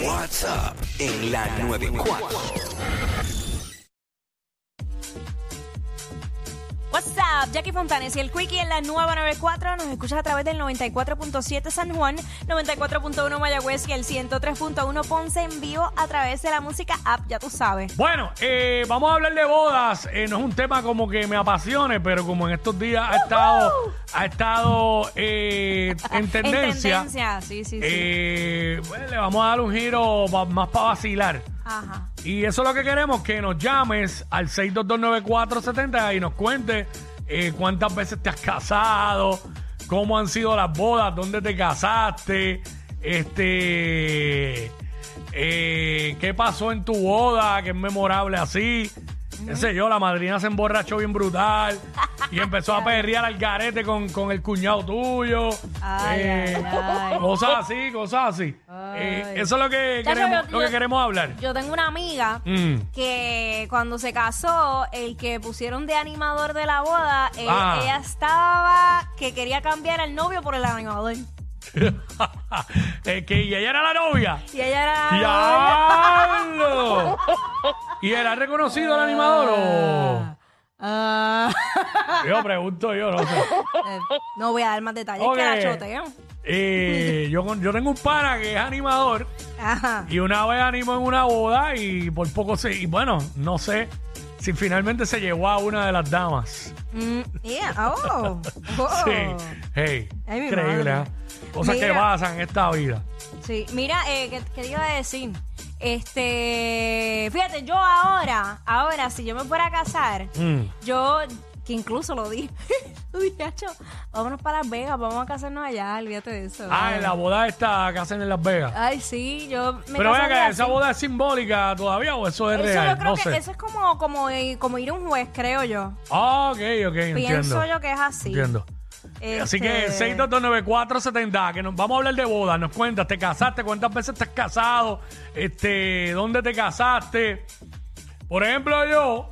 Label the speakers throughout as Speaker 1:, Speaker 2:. Speaker 1: What's up en la 94.
Speaker 2: What's up, Jackie Fontanes y el Quickie en la nueva 94. Nos escuchas a través del 94.7 San Juan, 94.1 Mayagüez y el 103.1 Ponce en vivo a través de la música app, ya tú sabes.
Speaker 3: Bueno, eh, vamos a hablar de bodas. Eh, no es un tema como que me apasione, pero como en estos días ha estado, ha estado eh, en tendencia,
Speaker 2: En tendencia, sí, sí, sí.
Speaker 3: eh, bueno, le vamos a dar un giro pa- más para vacilar.
Speaker 2: Ajá.
Speaker 3: Y eso es lo que queremos, que nos llames al 6229470 y nos cuentes eh, cuántas veces te has casado, cómo han sido las bodas, dónde te casaste, este eh, qué pasó en tu boda, que es memorable así. Qué sé yo, la madrina se emborrachó bien brutal y empezó a perrear al garete con, con el cuñado tuyo.
Speaker 2: Ay,
Speaker 3: Eh,
Speaker 2: ay, ay.
Speaker 3: Cosas así, cosas así. Eh,
Speaker 2: Ay.
Speaker 3: eso es lo que,
Speaker 2: Chacho,
Speaker 3: queremos,
Speaker 2: yo-
Speaker 3: lo que
Speaker 2: yo-
Speaker 3: queremos hablar.
Speaker 2: Yo tengo una amiga
Speaker 3: Mm.
Speaker 2: que cuando se casó, el que pusieron de animador de la boda, eh,
Speaker 3: Ah.
Speaker 2: ella estaba que quería cambiar al novio por el animador. Y
Speaker 3: Eh, que y ella era la novia.
Speaker 2: ella era...
Speaker 3: ¡Diablo! ¿Y era reconocido el animador o.?
Speaker 2: Ah.
Speaker 3: Yo pregunto, yo no sé.
Speaker 2: Eh, no voy a dar más detalles
Speaker 3: Ok.
Speaker 2: que la choteo.
Speaker 3: Eh, yo, con- yo tengo un pana que es animador
Speaker 2: Ajá.
Speaker 3: y una vez animó en una boda y por poco se. Y bueno, no sé si finalmente se llevó a una de las damas.
Speaker 2: Mm, yeah. Oh. Oh.
Speaker 3: Sí. Hey,
Speaker 2: Ay, mi
Speaker 3: increíble,
Speaker 2: madre.
Speaker 3: ¿eh? Cosas que
Speaker 2: Mira.
Speaker 3: pasan en esta vida.
Speaker 2: Sí. Mira, eh, ¿qué, qué te iba a decir? Este, fíjate, yo ahora, ahora, si yo me fuera a casar,
Speaker 3: Mm.
Speaker 2: yo, que incluso lo dije, lo dije, "Acho, vámonos para Las Vegas, vamos a casarnos allá, olvídate de eso.
Speaker 3: Ah, en la boda esta que hacen en Las Vegas.
Speaker 2: Ay, sí, yo me
Speaker 3: Pero vea
Speaker 2: casaría
Speaker 3: que esa
Speaker 2: así.
Speaker 3: boda es simbólica todavía o eso es
Speaker 2: Eso
Speaker 3: real.
Speaker 2: yo creo
Speaker 3: no
Speaker 2: que
Speaker 3: sé.
Speaker 2: eso es como, como, eh, como ir a un juez, creo yo.
Speaker 3: Ah, ok, ok, entiendo.
Speaker 2: Pienso yo que es así.
Speaker 3: Entiendo. Así que
Speaker 2: Este,
Speaker 3: 6229470, que nos vamos a hablar de boda, nos cuentas, te casaste, cuántas veces estás casado, este, dónde te casaste. Por ejemplo, yo,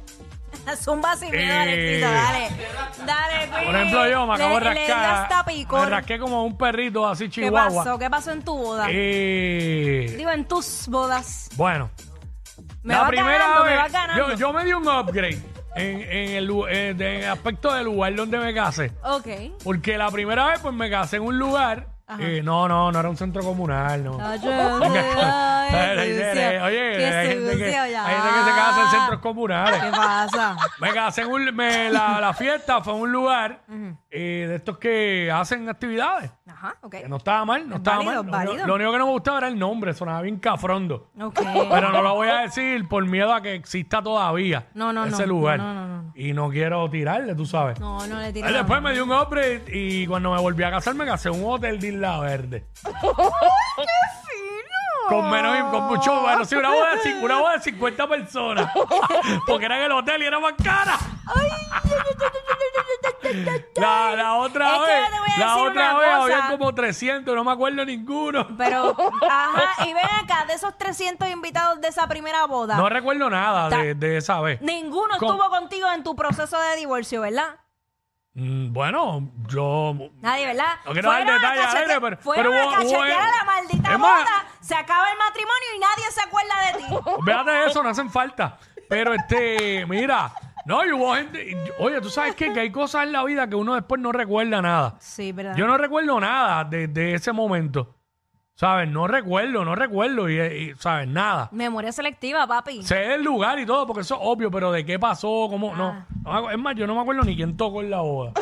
Speaker 2: Zumba sin miedo,
Speaker 3: Eh.
Speaker 2: Alexito, dale. Dale, Quickie.
Speaker 3: por ejemplo, yo me acabo
Speaker 2: Le-
Speaker 3: de
Speaker 2: Le dio hasta
Speaker 3: rascar.
Speaker 2: picor.
Speaker 3: me rasqué como un perrito así
Speaker 2: ¿Qué
Speaker 3: chihuahua.
Speaker 2: pasó? ¿Qué pasó en tu boda?
Speaker 3: Eh,
Speaker 2: Digo, en tus bodas.
Speaker 3: bueno,
Speaker 2: Me
Speaker 3: la
Speaker 2: va
Speaker 3: primera
Speaker 2: ganando, me
Speaker 3: vez-
Speaker 2: va ganando.
Speaker 3: yo, yo me di un upgrade en, en el, lu- eh, de- en el aspecto del lugar donde me casé.
Speaker 2: Ok.
Speaker 3: Porque la primera vez, pues me casé en un lugar.
Speaker 2: Ajá. Ah,
Speaker 3: eh, no, no, no era un centro comunal, no.
Speaker 2: Ay,
Speaker 3: Ay, la
Speaker 2: sucio.
Speaker 3: idea era- Oye,
Speaker 2: Qué
Speaker 3: hay gente, que,
Speaker 2: sucio,
Speaker 3: hay
Speaker 2: ya.
Speaker 3: gente que se casa en centros
Speaker 2: ¿Qué
Speaker 3: comunales.
Speaker 2: pasa?
Speaker 3: Me casé en un, me- la, la fiesta fue en un lugar eh, de estos que hacen actividades.
Speaker 2: Ajá, ok.
Speaker 3: Que no estaba mal, no
Speaker 2: Es
Speaker 3: estaba
Speaker 2: válido, es
Speaker 3: mal. Lo único-
Speaker 2: válido.
Speaker 3: Lo, único que no me gustaba era el nombre, sonaba bien cafrondo.
Speaker 2: Ok.
Speaker 3: Pero no lo voy a decir por miedo a que exista todavía
Speaker 2: No, no,
Speaker 3: ese
Speaker 2: no.
Speaker 3: lugar.
Speaker 2: No, no, no, no.
Speaker 3: Y no quiero tirarle, tú sabes.
Speaker 2: No, no le
Speaker 3: Ay,
Speaker 2: tiré.
Speaker 3: después me di un upgrade y cuando me volví a casar me casé en un hotel de Isla Verde. Con menos, con mucho, bueno, sí, una boda de, cin- una boda de 50 personas. Porque era en el hotel y era más cara. La, la otra
Speaker 2: Es que
Speaker 3: vez,
Speaker 2: yo te voy a decir
Speaker 3: la otra
Speaker 2: una
Speaker 3: vez
Speaker 2: cosa.
Speaker 3: había como 300, no me acuerdo ninguno.
Speaker 2: Pero, ajá, y ven acá, de esos 300 invitados de esa primera boda,
Speaker 3: No recuerdo nada de, de esa vez.
Speaker 2: ninguno
Speaker 3: Con-
Speaker 2: estuvo contigo en tu proceso de divorcio, ¿verdad?
Speaker 3: Mm, Bueno, yo
Speaker 2: Nadie, ¿verdad?
Speaker 3: No quiero dar
Speaker 2: Fueron a
Speaker 3: detalles al aire,
Speaker 2: cachete-
Speaker 3: pero-
Speaker 2: fueron
Speaker 3: pero
Speaker 2: a
Speaker 3: hubo- hubo-
Speaker 2: cachetear a la maldita
Speaker 3: Es más-
Speaker 2: boda, se acaba el matrimonio y nadie se acuerda de ti.
Speaker 3: Véate eso, no hacen falta. Pero este, mira, no, y hubo gente. y- Oye, tú sabes qué? que hay cosas en la vida que uno después no recuerda nada.
Speaker 2: Sí, ¿verdad?
Speaker 3: Yo no recuerdo nada de, de ese momento. ¿Sabes? No recuerdo, no recuerdo. Y, y, ¿sabes? Nada.
Speaker 2: Memoria selectiva, papi.
Speaker 3: Sé del lugar y todo, porque eso es obvio, pero de qué pasó, cómo. No. no me acu- Es más, yo no me acuerdo ni quién tocó en la boda.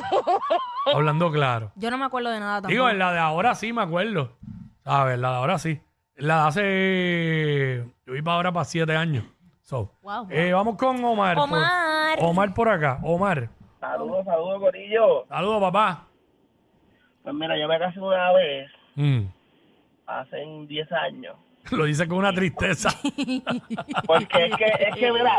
Speaker 3: Hablando claro.
Speaker 2: Yo no me acuerdo de nada tampoco.
Speaker 3: Digo, en la de ahora sí me acuerdo. ¿Sabes? La de ahora sí. La de hace. Yo iba ahora para siete años. So,
Speaker 2: Wow.
Speaker 3: eh, vamos con Omar. por-
Speaker 2: Omar.
Speaker 3: Omar por acá. Omar.
Speaker 4: Saludos, saludos, Corillo.
Speaker 3: Saludos, papá.
Speaker 4: Pues mira, yo me casé una vez,
Speaker 3: Mm.
Speaker 4: hace 10 años,
Speaker 3: Lo dice con una tristeza.
Speaker 4: Porque es que, es que, mira,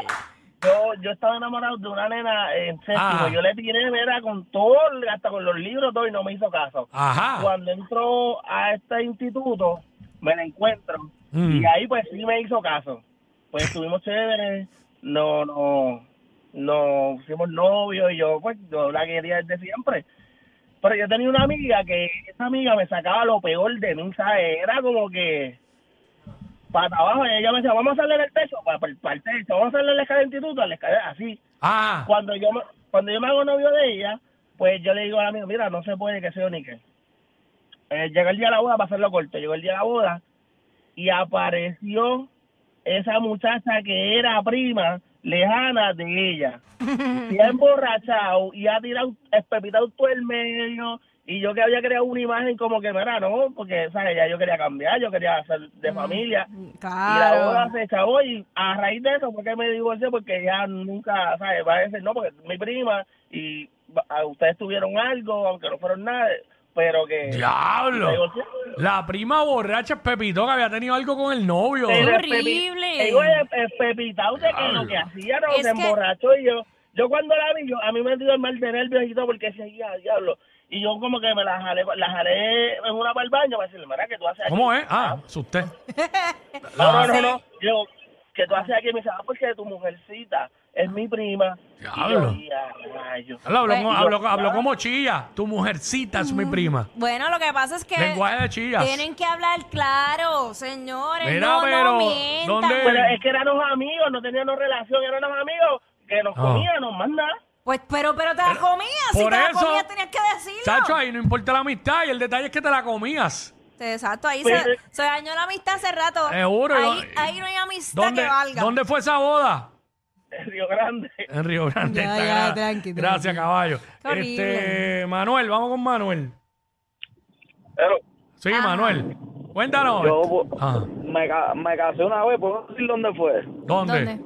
Speaker 4: yo, yo estaba enamorado de una nena en séptimo.
Speaker 3: Ah.
Speaker 4: Yo le tiré, mira, con todo, hasta con los libros, todo, y no me hizo caso.
Speaker 3: Ajá.
Speaker 4: Cuando entro a este instituto, me la encuentro.
Speaker 3: Mm.
Speaker 4: Y ahí, pues, sí me hizo caso. Pues estuvimos chéveres, no, no, no, fuimos novios, y yo, pues, yo la quería desde siempre. Pero yo tenía una amiga que, esa amiga me sacaba lo peor de mí, ¿sabes? Era como que para abajo, y ella me decía, vamos a hacerle el techo, para, para, el techo, vamos a hacerle la escalera del instituto, la escalera, así.
Speaker 3: Ah.
Speaker 4: Cuando yo, me, cuando yo me hago novio de ella, pues yo le digo al amigo, mira, no se puede que sea ni que. Eh, llegó el día de la boda, para hacerlo corto, llegó el día de la boda y apareció esa muchacha que era prima lejana de ella. Se ha emborrachado y ha tirado, espepitado todo el medio. Y yo que había creado una imagen como que, mira, no, porque, ¿sabes? Ya yo quería cambiar, yo quería ser de familia. Y la boda se chavó y a raíz de eso fue que me divorcié porque ya nunca, ¿sabes? Va a decir, no, porque mi prima y va- a ustedes tuvieron algo, aunque no fueron nada, pero que...
Speaker 3: Diablo.
Speaker 4: Me divorcié.
Speaker 3: La prima borracha es Pepito que había tenido algo con el novio.
Speaker 4: Pero
Speaker 2: ¡Qué
Speaker 4: el pepi-
Speaker 2: horrible!
Speaker 4: Digo, el- el pepitao de que lo que hacía era
Speaker 2: Es
Speaker 4: se
Speaker 2: que-
Speaker 4: emborrachó y yo, yo cuando la vi, yo, a mí me dio el mal de nervios y todo porque seguía diablo. Y yo como que me la jalé, la jalé en una para el baño para decirle, mira, que tú haces aquí?
Speaker 3: ¿Cómo es? Ah, asusté.
Speaker 4: No,
Speaker 3: Ah,
Speaker 4: no, no, no. Yo, que tú haces aquí? Me dice, ah, porque tu mujercita es mi prima.
Speaker 3: Diablo.
Speaker 4: Y yo, "Ya, rayos".
Speaker 3: Habló, habló, como-
Speaker 2: Pues- Mm.
Speaker 3: habló- habló como chilla. Tu mujercita es mi prima.
Speaker 2: Bueno, lo que pasa es que
Speaker 3: Lenguaje de chillas.
Speaker 2: tienen que hablar claro, señores.
Speaker 3: Mira,
Speaker 2: no,
Speaker 3: pero,
Speaker 2: no mientan.
Speaker 3: ¿dónde-
Speaker 4: Pero es que éramos amigos, no teníamos relación, éramos amigos que nos
Speaker 3: Ah.
Speaker 4: comíamos, más nada.
Speaker 2: Pues, pero, pero te la comías. Si
Speaker 3: Por
Speaker 2: te la
Speaker 3: eso,
Speaker 2: comías, tenías que decirlo.
Speaker 3: Chacho, ahí no importa la amistad y el detalle es que te la comías.
Speaker 2: Exacto, ahí
Speaker 4: Pero-
Speaker 2: se, se dañó la amistad hace rato.
Speaker 3: Seguro.
Speaker 2: Ahí,
Speaker 3: ¿no?
Speaker 2: ahí no hay amistad
Speaker 3: ¿Dónde,
Speaker 2: que valga.
Speaker 3: ¿Dónde fue esa boda?
Speaker 4: Río Grande.
Speaker 3: En Río Grande.
Speaker 2: Ya,
Speaker 3: está
Speaker 2: ya,
Speaker 3: gra-
Speaker 2: tranqui,
Speaker 3: Gracias,
Speaker 2: tranqui.
Speaker 3: caballo.
Speaker 2: Qué horrible.
Speaker 3: Este, Manuel, vamos con Manuel.
Speaker 4: Pero
Speaker 3: Sí,
Speaker 2: Ajá.
Speaker 3: Manuel. Cuéntanos. Ah,
Speaker 4: Yo-
Speaker 3: Ajá.
Speaker 4: me, ca- me casé una vez, ¿puedo decir dónde fue?
Speaker 3: ¿Dónde?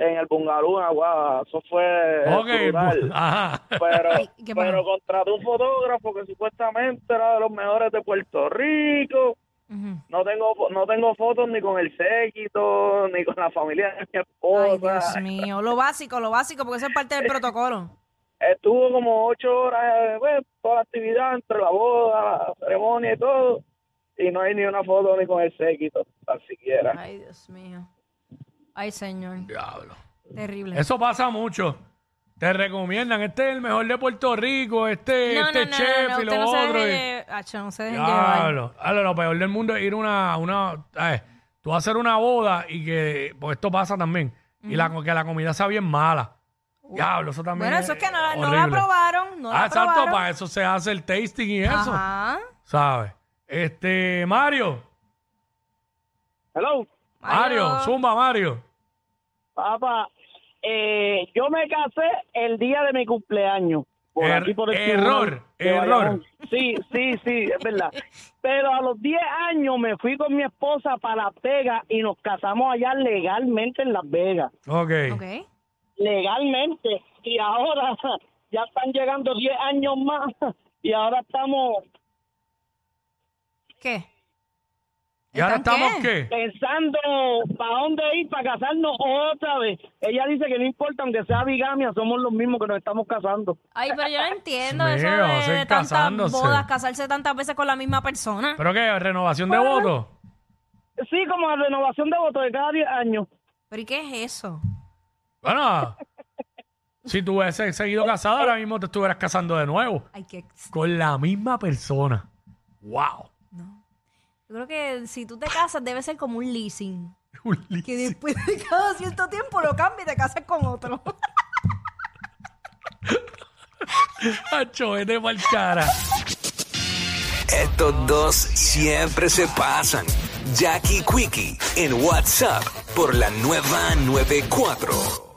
Speaker 4: En el Bungalú, en Aguada. Eso fue
Speaker 3: Ok. pues,
Speaker 4: brutal.
Speaker 3: Ajá.
Speaker 4: Pero,
Speaker 2: Ay, qué malo.
Speaker 4: pero contraté un fotógrafo que supuestamente era de los mejores de Puerto Rico.
Speaker 2: Ujú.
Speaker 4: No tengo fo- no tengo fotos ni con el séquito, ni con la familia de mi
Speaker 2: Ay,
Speaker 4: esposa.
Speaker 2: Dios mío. Lo básico, lo básico, porque eso es parte del protocolo.
Speaker 4: Estuvo como ocho horas, eh, pues, toda la actividad entre la boda, la ceremonia y todo. Y no hay ni una foto ni con el séquito, tan siquiera.
Speaker 2: Ay, Dios mío. Ay, señor.
Speaker 3: Diablo.
Speaker 2: Terrible.
Speaker 3: Eso pasa mucho. Te recomiendan. Este es el mejor de Puerto Rico. Este,
Speaker 2: no,
Speaker 3: este
Speaker 2: no, no,
Speaker 3: chef
Speaker 2: no, no,
Speaker 3: y
Speaker 2: usted
Speaker 3: lo
Speaker 2: no se
Speaker 3: otro.
Speaker 2: deje
Speaker 3: y-
Speaker 2: de- Acho, no se dejen llevar.
Speaker 3: Diablo. Diablo, lo peor del mundo es ir a una, una ay, tú vas a hacer una boda y que, pues esto pasa también, y la, que la comida sea bien mala. Diablo, eso también
Speaker 2: Bueno, eso es que no, la- no la
Speaker 3: horrible.
Speaker 2: aprobaron, no la
Speaker 3: ah, exacto,
Speaker 2: aprobaron.
Speaker 3: para eso se hace el tasting y eso,
Speaker 2: Ajá.
Speaker 3: ¿sabes? Este, Mario,
Speaker 4: Hello.
Speaker 3: Mario, zumba, Mario.
Speaker 4: Papá, eh, yo me casé el día de mi cumpleaños. Por
Speaker 3: Er-
Speaker 4: aquí por el
Speaker 3: error,
Speaker 4: tribunal de
Speaker 3: error.
Speaker 4: Bayamón. Sí, sí, sí, es verdad. Pero a los 10 años me fui con mi esposa para Las Vegas y nos casamos allá legalmente en Las Vegas.
Speaker 3: Ok.
Speaker 2: Ok.
Speaker 4: Legalmente. Y ahora ya están llegando 10 años más y ahora estamos
Speaker 2: ¿Qué?
Speaker 3: ¿Y ahora
Speaker 2: ¿Están
Speaker 3: estamos qué?
Speaker 4: pensando para dónde ir para casarnos otra vez. Ella dice que no importa, aunque sea bigamia, somos los mismos que nos estamos casando.
Speaker 2: Ay, pero yo no entiendo
Speaker 3: Dios
Speaker 2: eso
Speaker 3: mío,
Speaker 2: de,
Speaker 3: siguen
Speaker 2: de tantas
Speaker 3: casándose.
Speaker 2: bodas, casarse tantas veces con la misma persona. Pero,
Speaker 3: ¿Pero qué? ¿Renovación de votos?
Speaker 4: Sí, como la renovación de votos de cada 10 años.
Speaker 2: ¿y qué es eso?
Speaker 3: Bueno, si tú hubieses seguido casado, ahora mismo te estuvieras casando de nuevo.
Speaker 2: Ay, qué... ex-
Speaker 3: Con la misma persona. ¡Wow!
Speaker 2: No. Yo creo que si tú te casas debe ser como un leasing.
Speaker 3: Un li-
Speaker 2: Que después de cada cierto tiempo lo cambias y te casas con otro.
Speaker 3: Hacho, vete pa'l cara.
Speaker 1: Estos dos siempre se pasan. Jackie Quickie en WhatsApp por la nueva 94.